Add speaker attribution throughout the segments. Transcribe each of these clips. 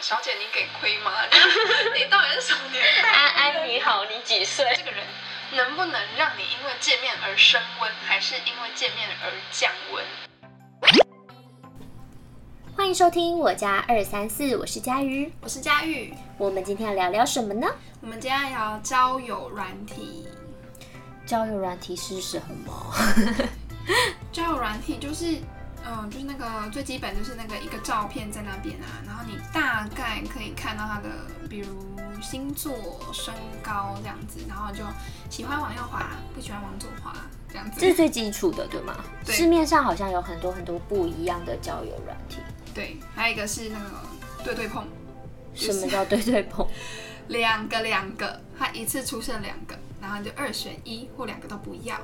Speaker 1: 小姐你给亏吗？ 你你到底是什么年代？
Speaker 2: 安安你好，你几岁？
Speaker 1: 这个人能不能让你因为见面而升温，还是因为见面而降温？
Speaker 2: 欢迎收听我家二三四，我是佳瑜。
Speaker 1: 我是佳玉，
Speaker 2: 我们今天要聊聊什么呢？
Speaker 1: 我们今天聊交友软体。
Speaker 2: 交友软体是什么？
Speaker 1: 交友软体就是，嗯，就是那个最基本就是那个一个照片在那边啊，然后你大概可以看到他的，比如星座、身高这样子，然后就喜欢往右滑，不喜欢往左滑这样
Speaker 2: 这是
Speaker 1: 子。
Speaker 2: 最基础的，对吗？
Speaker 1: 对
Speaker 2: 市面上好像有很多很多不一样的交友软体。
Speaker 1: 对，还有一个是那个对对碰，就
Speaker 2: 什
Speaker 1: 是
Speaker 2: 么叫对对 碰？
Speaker 1: 两个两个，它一次出现两个，然后你就二选一或两个都不要。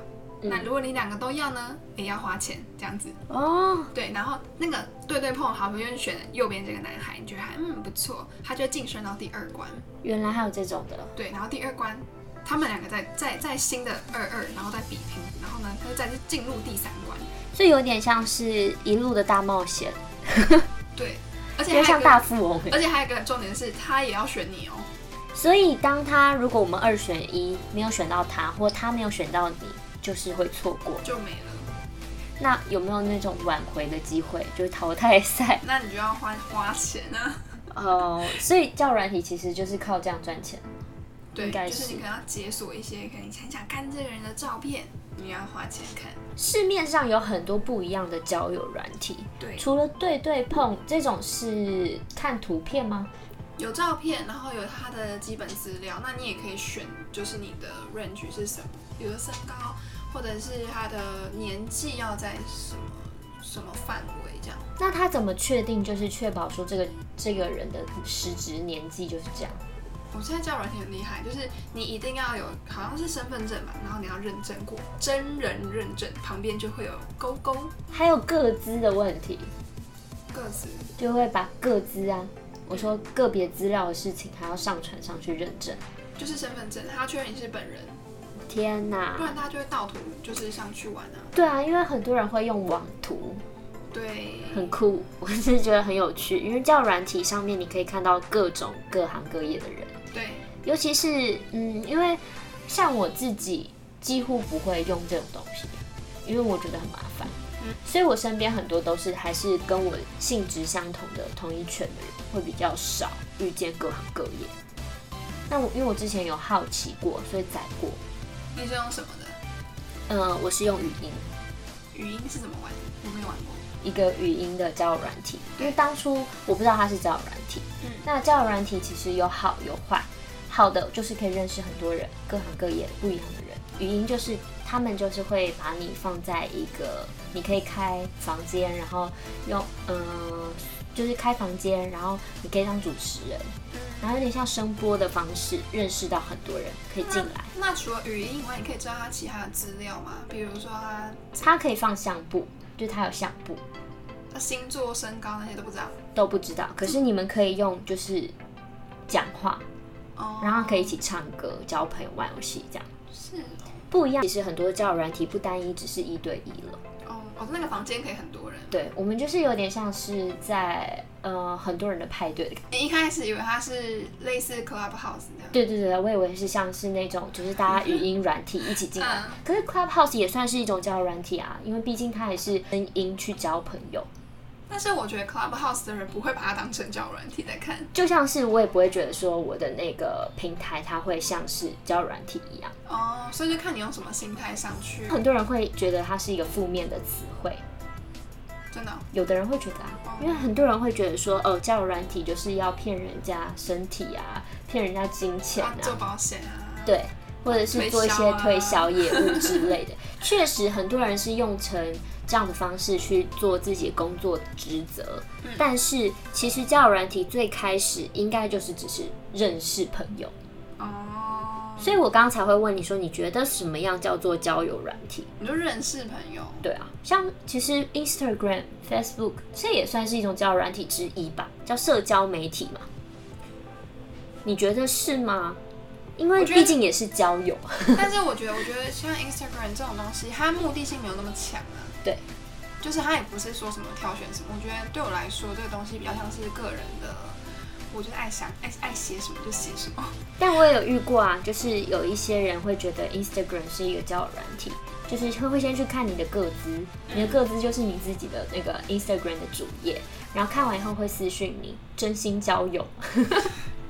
Speaker 1: 那
Speaker 2: 嗯
Speaker 1: 如果你两个都要呢，也要花钱这样子。
Speaker 2: 哦，
Speaker 1: 对，然后那个对对碰，好不容易选右边这个男孩，你觉得还嗯不错，他就晋升到第二关。
Speaker 2: 原来还有这种的。
Speaker 1: 对，然后第二关，他们两个在在在新的二二，然后再比拼，然后呢，他就再去进入第三关。
Speaker 2: 这有点像是一路的大冒险，
Speaker 1: 对，而
Speaker 2: 有
Speaker 1: 且
Speaker 2: 点
Speaker 1: 还有
Speaker 2: 像
Speaker 1: 一
Speaker 2: 大
Speaker 1: 个，
Speaker 2: 富翁欸。
Speaker 1: 而且还有一个重点是，他也要选你哦。
Speaker 2: 所以，当他如果我们二选一没有选到他，或他没有选到你，就是会错过。
Speaker 1: 就没了，
Speaker 2: 那有没有那种挽回的机会，就是淘汰赛？
Speaker 1: 那你就要花花钱啊。
Speaker 2: 哦，所以教软体其实就是靠这样赚钱。
Speaker 1: 对，
Speaker 2: 应该
Speaker 1: 就是你可能要解锁一些，可能你很想看这个人的照片，你要花钱看。
Speaker 2: 市面上有很多不一样的交友软体，
Speaker 1: 对，
Speaker 2: 除了对对碰这种是看图片吗？
Speaker 1: 有照片，然后有他的基本资料，那你也可以选，就是你的 range 是什么，比如说身高，或者是他的年纪要在什么什么范围这样。
Speaker 2: 那他怎么确定就是确保说这个这个人的实质年纪就是这样？
Speaker 1: 我现在交友软件很厉害，就是你一定要有好像是身份证吧，然后你要认证过，真人认证，旁边就会有勾勾
Speaker 2: 还有个资的问题，
Speaker 1: 个子。
Speaker 2: 就会把个资啊，我说个别资料的事情还要上传上去认证。
Speaker 1: 就是身份证，他要确认你是本人，
Speaker 2: 天
Speaker 1: 不
Speaker 2: 哪！
Speaker 1: 然大家就会盗图，就是像去玩啊。
Speaker 2: 对啊，因为很多人会用网图，
Speaker 1: 对，
Speaker 2: 很酷， 我是觉得很有趣。因为教软体上面你可以看到各种各行各业的人，
Speaker 1: 对，
Speaker 2: 尤其是嗯，因为像我自己几乎不会用这种东西，因为我觉得很麻烦
Speaker 1: 嗯。
Speaker 2: 所以我身边很多都是还是跟我性质相同的同一圈的人，会比较少遇见各行各业。那我因为我之前有好奇过，所以载过。
Speaker 1: 你是用什么的？
Speaker 2: 嗯、我是用语音
Speaker 1: 语音是怎么玩的？我没有玩过。
Speaker 2: 一个语音的交友软体，因为当初我不知道它是交友软体。
Speaker 1: 嗯
Speaker 2: 那交友软体其实有好有坏，好的就是可以认识很多人，各行各业不一样的人。语音就是他们就是会把你放在一个，你可以开房间，然后用嗯、就是开房间，然后你可以当主持人，然后有点像声波的方式认识到很多人，可以进来。
Speaker 1: 那除了语音以外，你可以知道他其他的资料吗？比如说他
Speaker 2: 它可以放相簿，就是它有相簿
Speaker 1: 他星座、身高那些都不知道。
Speaker 2: 都不知道，可是你们可以用就是讲话，
Speaker 1: 哦
Speaker 2: 然后可以一起唱歌、交朋友、玩游戏这样。
Speaker 1: 是
Speaker 2: 不一样，其实很多交友软体不单一只是一对一了。
Speaker 1: 哦，哦，那个房间可以很多人。
Speaker 2: 对，我们就是有点像是在呃很多人的派对的感觉。
Speaker 1: 你一开始以为他是类似 Clubhouse 那样。
Speaker 2: 对对对对，我以为是像是那种就是大家语音软体一起进来，
Speaker 1: 嗯
Speaker 2: 可是 Clubhouse 也算是一种交友软体啊，因为毕竟它也是声音去交朋友。
Speaker 1: 但是我觉得 Clubhouse 的人不会把它当成交友软体在看。
Speaker 2: 就像是我也不会觉得说我的那个平台它会像是交友软体一样，
Speaker 1: 哦，所以就看你用什么心态上去。
Speaker 2: 很多人会觉得它是一个负面的词汇，
Speaker 1: 真的哦、
Speaker 2: 有的人会觉得啊，因为很多人会觉得说，哦，交友软体就是要骗人家身体啊，骗人家金钱
Speaker 1: 啊，做
Speaker 2: 啊，
Speaker 1: 保险啊。
Speaker 2: 对，或者是做一些推
Speaker 1: 推销
Speaker 2: 销业务之类的。确实，很多人是用成这样的方式去做自己的工作职责，但是其实交友软体最开始应该就是只是认识朋友。
Speaker 1: 哦，
Speaker 2: 所以我刚刚才会问你说，你觉得什么样叫做交友软体？
Speaker 1: 你就认识朋友。
Speaker 2: 对啊，像其实 Instagram、Facebook 这也算是一种交友软体之一吧，叫社交媒体嘛。你觉得是吗？因为
Speaker 1: 我觉得
Speaker 2: 毕竟也是交友，啊
Speaker 1: 但是我觉得，我觉得像 Instagram 这种东西，它目的性没有那么强啊。
Speaker 2: 对，
Speaker 1: 就是它也不是说什么挑选什么，我觉得对我来说，这个东西比较像是个人的，我我就是爱想爱爱写什么就写什么。
Speaker 2: 但我也有遇过啊，就是有一些人会觉得 Instagram 是一个交友软体，就是会会先去看你的个资，你的个资就是你自己的那个 Instagram 的主页，然后看完以后会私讯你真心交友。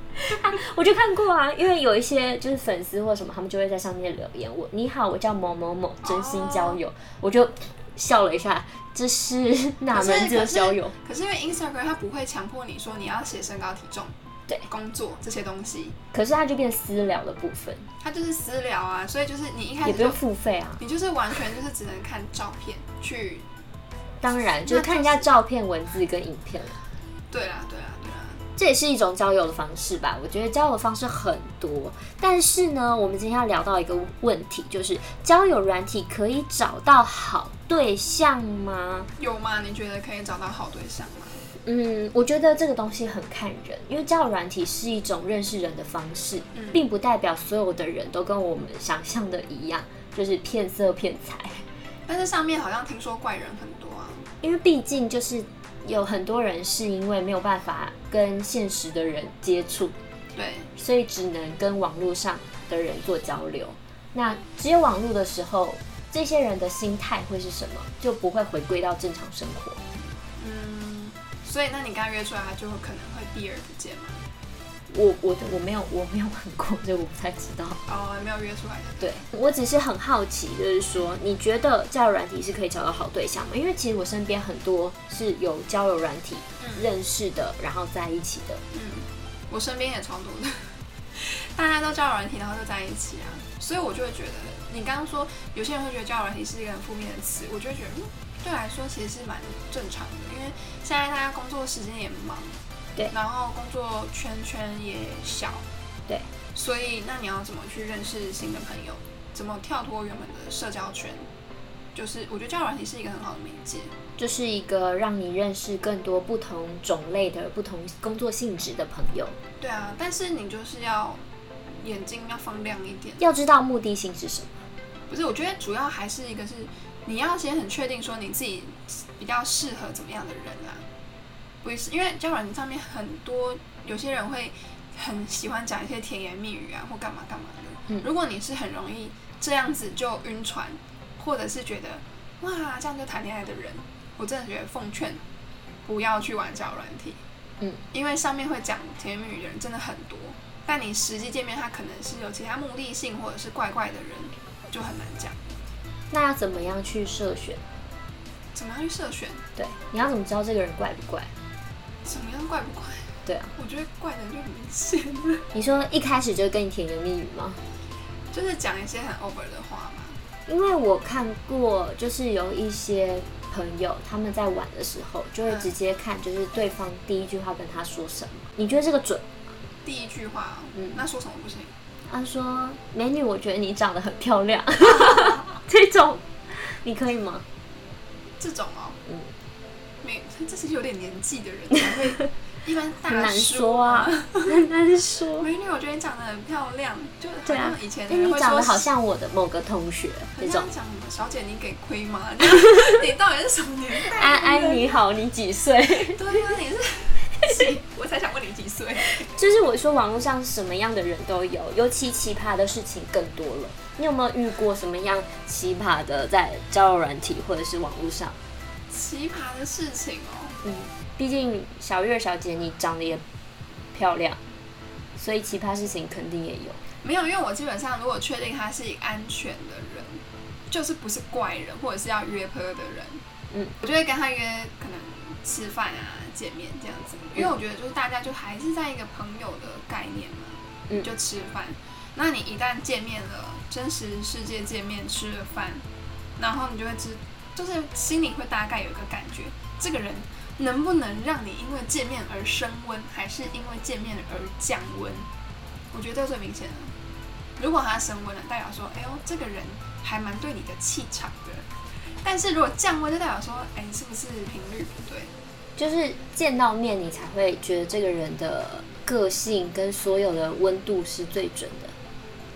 Speaker 2: 我就看过啊，因为有一些就是粉丝或什么，他们就会在上面留言我你好，我叫某某某，真心交友，我就笑了一下，这是哪门子的交友？
Speaker 1: 可是因为 Instagram 它不会强迫你说你要写身高体重、
Speaker 2: 对
Speaker 1: 工作这些东西，
Speaker 2: 可是它就变私聊的部分，
Speaker 1: 它就是私聊啊，所以就是你一开始
Speaker 2: 也不用
Speaker 1: 就
Speaker 2: 付费啊。
Speaker 1: 你就是完全就是只能看照片去。
Speaker 2: 当然，就是看人家照片、文字跟影片了，
Speaker 1: 对啦，对啦，对啦。
Speaker 2: 这也是一种交友的方式吧。我觉得交友方式很多，但是呢，我们今天要聊到一个问题，就是交友软体可以找到好对象吗？
Speaker 1: 有吗？你觉得可以找到好对象吗？
Speaker 2: 嗯，我觉得这个东西很看人，因为交友软体是一种认识人的方式，
Speaker 1: 嗯
Speaker 2: 并不代表所有的人都跟我们想象的一样，就是骗色骗财。
Speaker 1: 但是上面好像听说怪人很多啊。
Speaker 2: 因为毕竟就是有很多人是因为没有办法跟现实的人接触，
Speaker 1: 对，
Speaker 2: 所以只能跟网络上的人做交流。那只有网络的时候，这些人的心态会是什么？就不会回归到正常生活。
Speaker 1: 嗯，所以那你跟他约出来，他就会可能会避而不见嘛。
Speaker 2: 我我我没有我没有玩过，所以我不太知道。
Speaker 1: 哦，没有约出来的。
Speaker 2: 对 我只是很好奇，就是说，你觉得交友软体是可以找到好对象吗？因为其实我身边很多是有交友软体
Speaker 1: 嗯
Speaker 2: 认识的，然后在一起的。
Speaker 1: 嗯，我身边也超多的， 大家都交友软体，然后就在一起啊。所以我就会觉得，你刚刚说有些人会觉得交友软体是一个很负面的词，我就会觉得，嗯，对我来说其实是蛮正常的，因为现在大家工作时间也忙，
Speaker 2: 对
Speaker 1: 然后工作圈圈也小，
Speaker 2: 对，
Speaker 1: 所以那你要怎么去认识新的朋友？怎么跳脱原本的社交圈？就是我觉得交友软体是一个很好的媒介，
Speaker 2: 就是一个让你认识更多不同种类的、不同工作性质的朋友，
Speaker 1: 对啊，但是你就是要眼睛要放亮一点。啊
Speaker 2: 要知道目的性是什么。
Speaker 1: 不是，我觉得主要还是一个是你要先很确定说你自己比较适合怎么样的人啊，不是因为交友软件上面很多有些人会很喜欢讲一些甜言蜜语啊或干嘛干嘛的，
Speaker 2: 嗯
Speaker 1: 如果你是很容易这样子就晕船，或者是觉得哇这样就谈恋爱的人，我真的觉得奉劝不要去玩交友软体，
Speaker 2: 嗯，
Speaker 1: 因为上面会讲甜言蜜语的人真的很多。但你实际见面，他可能是有其他目的性或者是怪怪的人，就很难讲。
Speaker 2: 那要怎么样去筛选？
Speaker 1: 怎么样去筛选？
Speaker 2: 对，你要怎么知道这个人怪不怪？
Speaker 1: 怎么样怪不怪？
Speaker 2: 对啊，
Speaker 1: 我觉得怪的就很明显了，
Speaker 2: 你说一开始就跟你甜言蜜语吗？
Speaker 1: 就是讲一些很 over 的话嘛。
Speaker 2: 因为我看过，就是有一些朋友他们在玩的时候，就会直接看，就是对方第一句话跟他说什么。你觉得这个准？
Speaker 1: 第一句话、哦，
Speaker 2: 嗯
Speaker 1: 那说什么不行？
Speaker 2: 他说：“美女，我觉得你长得很漂 亮。”这种你可以吗？
Speaker 1: 这种哦，
Speaker 2: 嗯
Speaker 1: 没有，这是有点年纪的人才会，一般大
Speaker 2: 很难
Speaker 1: 叔
Speaker 2: 说啊，很难说。
Speaker 1: 美女，我觉得你长得很漂亮，就好
Speaker 2: 对啊
Speaker 1: 像以前的
Speaker 2: 但
Speaker 1: 人
Speaker 2: 你
Speaker 1: 会
Speaker 2: 长
Speaker 1: 说
Speaker 2: 得好像我的某个同学这
Speaker 1: 很
Speaker 2: 种
Speaker 1: 像。讲什么小姐你给亏吗？ 就是你到底是什么年代？
Speaker 2: 安安你好，你几岁？
Speaker 1: 对啊，你是。 谁我才想问你几岁，
Speaker 2: 就是我说网络上什么样的人都有，尤其奇葩的事情更多了。你有没有遇过什么样奇葩的在交友软体或者是网络上？
Speaker 1: 奇葩的事情哦，
Speaker 2: 嗯，毕竟小月小姐你长得也漂亮，所以奇葩事情肯定也有。
Speaker 1: 没有，因为我基本上如果确定他是一个安全的人，就是不是怪人或者是要约朋友的人，
Speaker 2: 嗯，
Speaker 1: 我就会跟他约可能吃饭啊、见面这样子，因为我觉得就是大家就还是在一个朋友的概念嘛，
Speaker 2: 嗯
Speaker 1: 就吃饭。那你一旦见面了，真实世界见面吃了饭，然后你就会知，就是心里会大概有一个感觉，这个人能不能让你因为见面而升温，还是因为见面而降温？我觉得这最明显了。如果他升温了，代表说，哎呦，这个人还蛮对你的气场的。但是如果降温，就代表说，哎，是不是频率不对？
Speaker 2: 就是见到面你才会觉得这个人的个性跟所有的温度是最准的。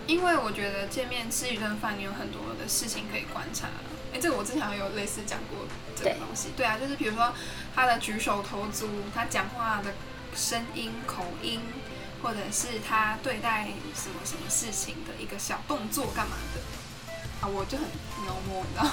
Speaker 1: 因为我觉得见面吃一顿饭，你有很多的事情可以观察。哎，这个我之前好像有类似讲过这个嗯
Speaker 2: 对嗯
Speaker 1: 东西。对啊，就是比如说他的举手投足，他讲话的声音、口音，或者是他对待什么什么事情的一个小动作干嘛的。啊，我就很牛魔，你知道？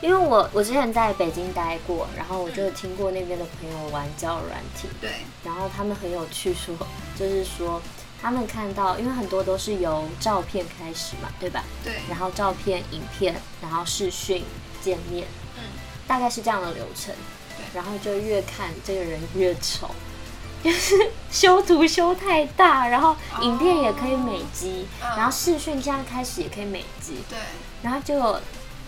Speaker 2: 因为我我之前在北京待过，然后我就听过那边的朋友玩交友软体，
Speaker 1: 对，
Speaker 2: 然后他们很有趣说，就是说他们看到，因为很多都是由照片开始嘛，对吧？
Speaker 1: 对，
Speaker 2: 然后照片、影片，然后视讯、见面，
Speaker 1: 嗯，
Speaker 2: 大概是这样的流程
Speaker 1: 对。
Speaker 2: 然后就越看这个人越丑， 就是修图修太大，然后影片也可以美肌，
Speaker 1: 嗯
Speaker 2: 然后视讯现在开始也可以美肌，
Speaker 1: 对，
Speaker 2: 然后就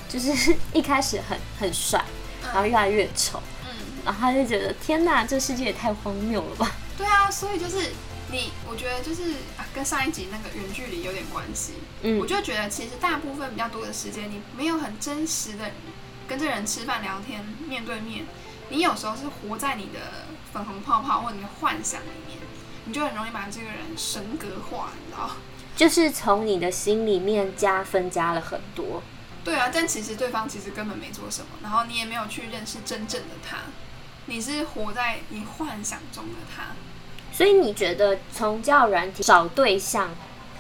Speaker 2: 就是一开始很很帅，然后越来越丑，
Speaker 1: 嗯，
Speaker 2: 然后他就觉得天哪，这世界也太荒谬了吧？
Speaker 1: 对啊，所以就是你，我觉得就是啊，跟上一集那个远距离有点关系。
Speaker 2: 嗯
Speaker 1: 我就觉得其实大部分比较多的时间，你没有很真实的跟这人吃饭聊天，面对面，你有时候是活在你的粉红泡泡或你的幻想里面，你就很容易把这个人神格化，你知道？
Speaker 2: 就是从你的心里面加分加了很多，
Speaker 1: 对啊，但其实对方其实根本没做什么，然后你也没有去认识真正的他，你是活在你幻想中的他。
Speaker 2: 所以你觉得从交友软体找对象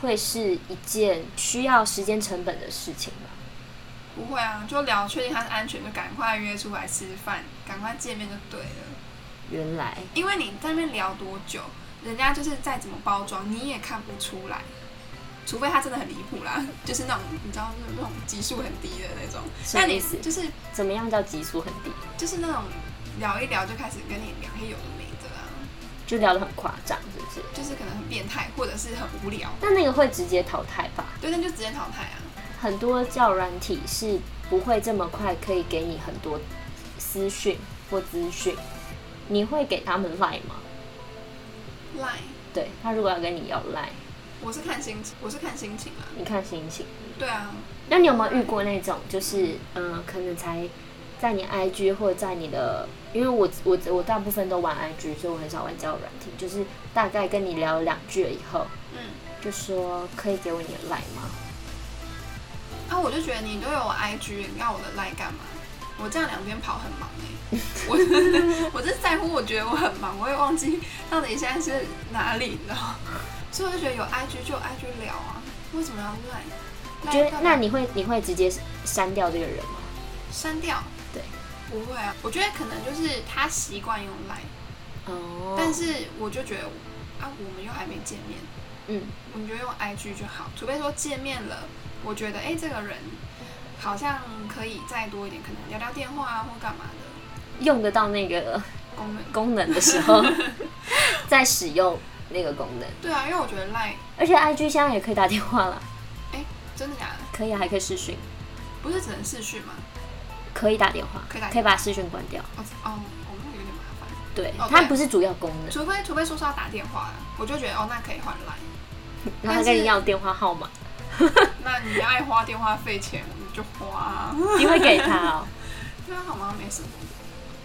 Speaker 2: 会是一件需要时间成本的事情吗？
Speaker 1: 不会啊，就聊确定他是安全，就赶快约出来吃饭，赶快见面就对了。
Speaker 2: 原来，
Speaker 1: 因为你在那边聊多久，人家就是再怎么包装，你也看不出来，除非他真的很离谱啦， 就是那种你知道，就是那种级数很低的那种。
Speaker 2: 什
Speaker 1: 那
Speaker 2: 么
Speaker 1: 你
Speaker 2: 意思
Speaker 1: 就是
Speaker 2: 怎么样叫级数很低？
Speaker 1: 就是那种聊一聊就开始跟你聊一些有的没的啊，
Speaker 2: 就聊得很夸张，是不是？
Speaker 1: 就是可能很变态或者是很无聊，
Speaker 2: 但那个会直接淘汰吧？
Speaker 1: 对，那就直接淘汰啊。
Speaker 2: 很多教软体是不会这么快可以给你很多私讯或资讯，你会给他们 line 吗？
Speaker 1: 赖，
Speaker 2: 对他如果要跟你要 line，
Speaker 1: 我是看心情，我是看心情啊。
Speaker 2: 你看心情。
Speaker 1: 对啊，
Speaker 2: 那你有没有遇过那种，就是嗯、呃可能才在你 IG 或者在你的，因为我我我大部分都玩 IG，所以我很少玩交友软体，就是大概跟你聊两句了以后，
Speaker 1: 嗯，
Speaker 2: 就说可以给我你的 line 吗？
Speaker 1: 啊，我就觉得你都有我 IG，你要我的赖干嘛？我这样两边跑很忙 哎、我我是在乎，我觉得我很忙，我也忘记到底现在是哪里，你知道 吗？所以我就觉得有 IG 就有 IG 聊啊，为什么要赖？赖
Speaker 2: 觉得
Speaker 1: 干嘛
Speaker 2: 那你会你会直接删掉这个人吗？
Speaker 1: 删掉？
Speaker 2: 对，
Speaker 1: 不会啊，我觉得可能就是他习惯用赖，
Speaker 2: 哦
Speaker 1: 但是我就觉得啊，我们又还没见面，
Speaker 2: 嗯。
Speaker 1: 我们就用 IG 就好，除非说见面了，我觉得哎、诶这个人好像可以再多一点，可能聊聊电话啊或干嘛的
Speaker 2: 用得到那个
Speaker 1: 功能。
Speaker 2: 功能的时 候，再使用那个功能。
Speaker 1: 对啊，因为我觉得 Line
Speaker 2: 而且 IG 现在也可以打电话了，
Speaker 1: 真的假的，
Speaker 2: 可以啊，还可以视讯，
Speaker 1: 不是只能视讯吗？
Speaker 2: 可以打电话，
Speaker 1: 可以打电话
Speaker 2: 把视讯关掉。
Speaker 1: 哦哦，我们有点麻烦，
Speaker 2: 对，
Speaker 1: 哦
Speaker 2: 它
Speaker 1: 对
Speaker 2: 不是主要功能，
Speaker 1: 除非除非说是要打电话啦，我就觉得哦，那可以换 Line，
Speaker 2: 然后
Speaker 1: 但
Speaker 2: 它跟
Speaker 1: 是
Speaker 2: 你要电话号码，
Speaker 1: 那你爱花电话费钱，你就花、啊。
Speaker 2: 你会给他哦。
Speaker 1: 电话号码没什么，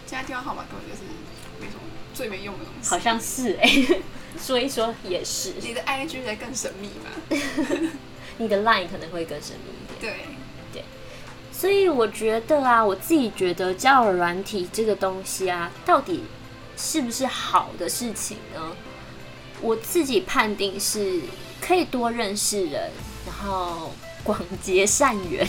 Speaker 1: 现在电话号码根本就是没什么最没用的东西。
Speaker 2: 好像是哎、说一说也是。
Speaker 1: 你的 IG 才更神秘吧？
Speaker 2: 你的 Line 可能会更神秘一点。
Speaker 1: 对，
Speaker 2: 所以我觉得啊，我自己觉得交友软体这个东西啊，到底是不是好的事情呢？我自己判定是可以多认识人，然后广结善缘。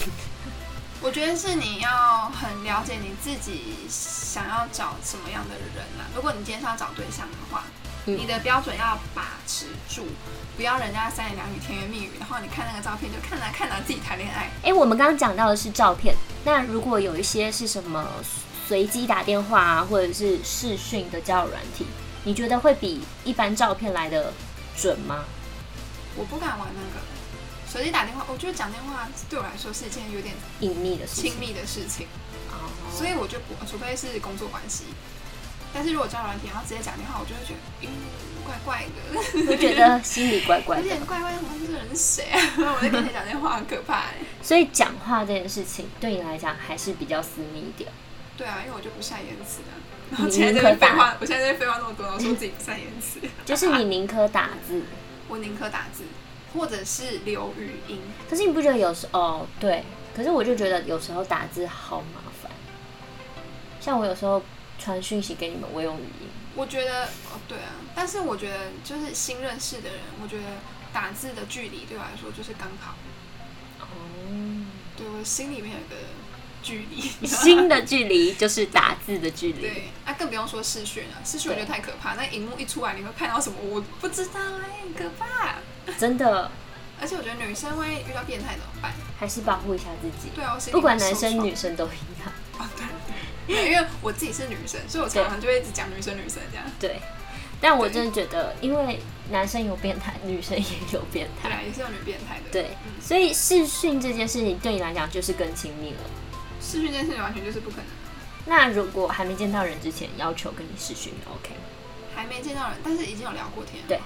Speaker 1: 我觉得是你要很了解你自己想要找什么样的人啦、如果你今天是要找对象的话，
Speaker 2: 嗯
Speaker 1: 你的标准要把持住，不要人家三言两语、甜言蜜语，然后你看那个照片就看来看来自己谈恋爱。
Speaker 2: 诶，我们刚刚讲到的是照片，那如果有一些是什么随机打电话啊，或者是视讯的交友软体，你觉得会比一般照片来的准吗？
Speaker 1: 我不敢玩那个手机打电话，我觉得讲电话对我来说是一件有点
Speaker 2: 隐秘的事情
Speaker 1: 亲，密的事情，
Speaker 2: 哦
Speaker 1: 所以我就不，除非是工作关系。但是如果交友软体，然后直接讲电话，我就会觉得，嗯，怪怪的。
Speaker 2: 会觉得心里怪 怪
Speaker 1: 有
Speaker 2: 的。
Speaker 1: 点怪怪，他这个人是谁啊？ 我在跟你讲电话，很可怕欸。
Speaker 2: 所以讲话这件事情对你来讲还是比较私密一点。
Speaker 1: 对啊，因为我就不善言辞啊。然
Speaker 2: 你
Speaker 1: 后现在在
Speaker 2: 宁可
Speaker 1: 那边废
Speaker 2: 打，
Speaker 1: 话，我现在在那边废话那么多，然后说自己不善言辞，
Speaker 2: 就是你宁可打字，
Speaker 1: 我宁可打字，或者是留语音。
Speaker 2: 可是你不觉得有时哦对，可是我就觉得有时候打字好麻烦。像我有时候传讯息给你们，我用语音，
Speaker 1: 我觉得哦，对啊，但是我觉得就是新认识的人，我觉得打字的距离对我来说就是刚好，
Speaker 2: 哦，
Speaker 1: 对我心里面有个距离。
Speaker 2: 新的距离就是打字的距离。
Speaker 1: 对，啊，更不用说视讯了，视讯我觉得太可怕，那荧幕一出来，你会看到什么？我不知道哎、很可怕。
Speaker 2: 真的
Speaker 1: 而且我觉得女生万一遇到变态怎么办？
Speaker 2: 还是保护一下自己，
Speaker 1: 对啊，我心里
Speaker 2: 不管
Speaker 1: 会
Speaker 2: 男
Speaker 1: 受
Speaker 2: 生
Speaker 1: 创
Speaker 2: 女生都一样。
Speaker 1: 啊，对对， 对因为我自己是女生，所以我常常就会一直讲女生女生这样。
Speaker 2: 对，但我真的觉得，因为男生有变态，女生也有变
Speaker 1: 对
Speaker 2: 态，
Speaker 1: 啊，也是有女变态的。，嗯
Speaker 2: 对，所以视讯这件事情对你来讲就是更亲密了。
Speaker 1: 视讯这件事情完全就是不可能的，
Speaker 2: 那如果还没见到人之前，要求跟你视讯你，OK？
Speaker 1: 还没见到人，但是已经有聊过天。
Speaker 2: 对，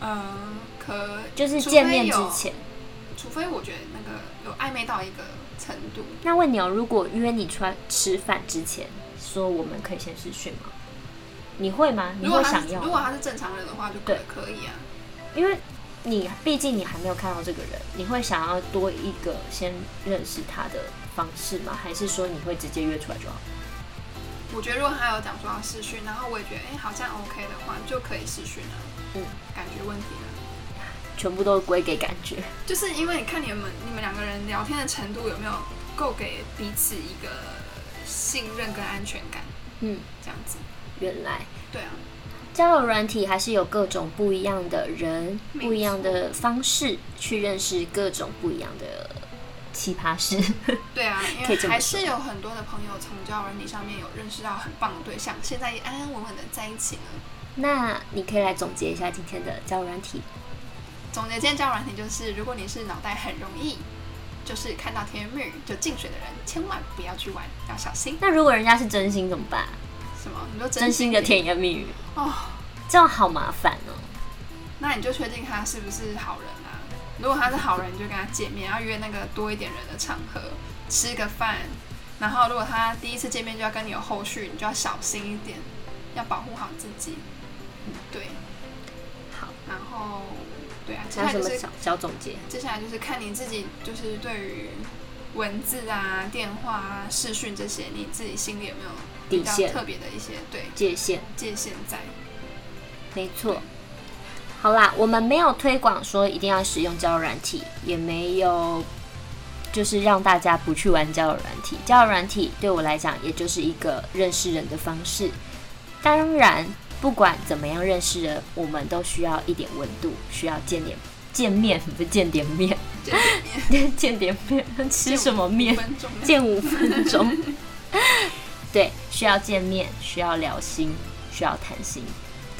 Speaker 1: 嗯，可
Speaker 2: 就是见面之，
Speaker 1: 除非
Speaker 2: 前。
Speaker 1: 有除非我觉得那个有暧昧到一个程度，
Speaker 2: 那问你哦，如果约你出来吃饭之前，说我们可以先视讯吗？你会吗？你
Speaker 1: 如果
Speaker 2: 会
Speaker 1: 他
Speaker 2: 想
Speaker 1: 是
Speaker 2: 要
Speaker 1: 如果
Speaker 2: 吗？
Speaker 1: 他是正常人的话，就可
Speaker 2: 对
Speaker 1: 可以啊。
Speaker 2: 因为你毕竟你还没有看到这个人，你会想要多一个先认识他的方式吗？还是说你会直接约出来就好？
Speaker 1: 我觉得如果他有讲说要试训，然后我也觉得哎、好像 OK 的话，就可以试训了。
Speaker 2: 嗯，
Speaker 1: 感觉问题了，
Speaker 2: 全部都归给感觉。
Speaker 1: 就是因为你看你们你们两个人聊天的程度有没有够给彼此一个信任跟安全感，
Speaker 2: 嗯，
Speaker 1: 这样子。
Speaker 2: 原来
Speaker 1: 对啊，
Speaker 2: 交友软体还是有各种不一样的人、
Speaker 1: 没
Speaker 2: 不一样的方式去认识各种不一样的奇葩事。
Speaker 1: 对啊，因
Speaker 2: 可
Speaker 1: 为
Speaker 2: 以这么
Speaker 1: 还是有很多的朋友从交友软体上面有认识到很棒的对象，现在也安安稳稳的在一起了。
Speaker 2: 那你可以来总结一下今天的交友软体。
Speaker 1: 总结今天交友软体就是，如果你是脑袋很容易就是看到甜言蜜语就进水的人，千万不要去玩，要小心。
Speaker 2: 那如果人家是真心怎么办？
Speaker 1: 什么？你说
Speaker 2: 真心的甜言蜜语，
Speaker 1: 哦，
Speaker 2: 这样好麻烦哦。
Speaker 1: 那你就确定他是不是好人啊？如果他是好人，你就跟他见面，要约那个多一点人的场合吃个饭。然后如果他第一次见面就要跟你有后续，你就要小心一点，要保护好自己。对，
Speaker 2: 好，
Speaker 1: 然后对啊，接下
Speaker 2: 还
Speaker 1: 来
Speaker 2: 有
Speaker 1: 就
Speaker 2: 什么
Speaker 1: 是
Speaker 2: 小小总结？
Speaker 1: 接下来就是看你自己，就是对于文字啊、电话啊、视讯这些，你自己心里有没有比
Speaker 2: 底
Speaker 1: 较
Speaker 2: 线、
Speaker 1: 特别的一些对
Speaker 2: 界限，
Speaker 1: 界限 在？
Speaker 2: 没错。好啦，我们没有推广说一定要使用交友软体，也没有就是让大家不去玩交友软体。交友软体对我来讲，也就是一个认识人的方式。当然，不管怎么样认识人，我们都需要一点温度，需要见点见面，不是见点面，
Speaker 1: 见面
Speaker 2: 见点面吃什么面
Speaker 1: 五？分钟的
Speaker 2: 见五分钟。对，需要见面，需要聊心，需要谈心，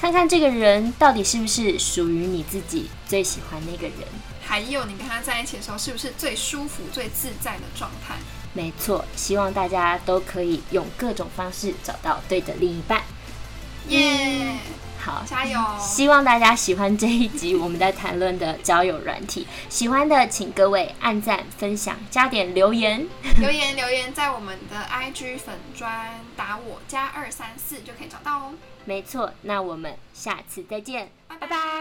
Speaker 2: 看看这个人到底是不是属于你自己最喜欢那个人。
Speaker 1: 还有你跟他在一起的时候，是不是最舒服、最自在的状态？
Speaker 2: 没错，希望大家都可以用各种方式找到对的另一半。
Speaker 1: 耶、
Speaker 2: 好，
Speaker 1: 加油！
Speaker 2: 希望大家喜欢这一集我们在谈论的交友软体，喜欢的请各位按赞、分享、加点留言。
Speaker 1: 嗯留言留言在我们的 IG 粉砖打我加二三四就可以找到哦。
Speaker 2: 没错，那我们下次再见，拜拜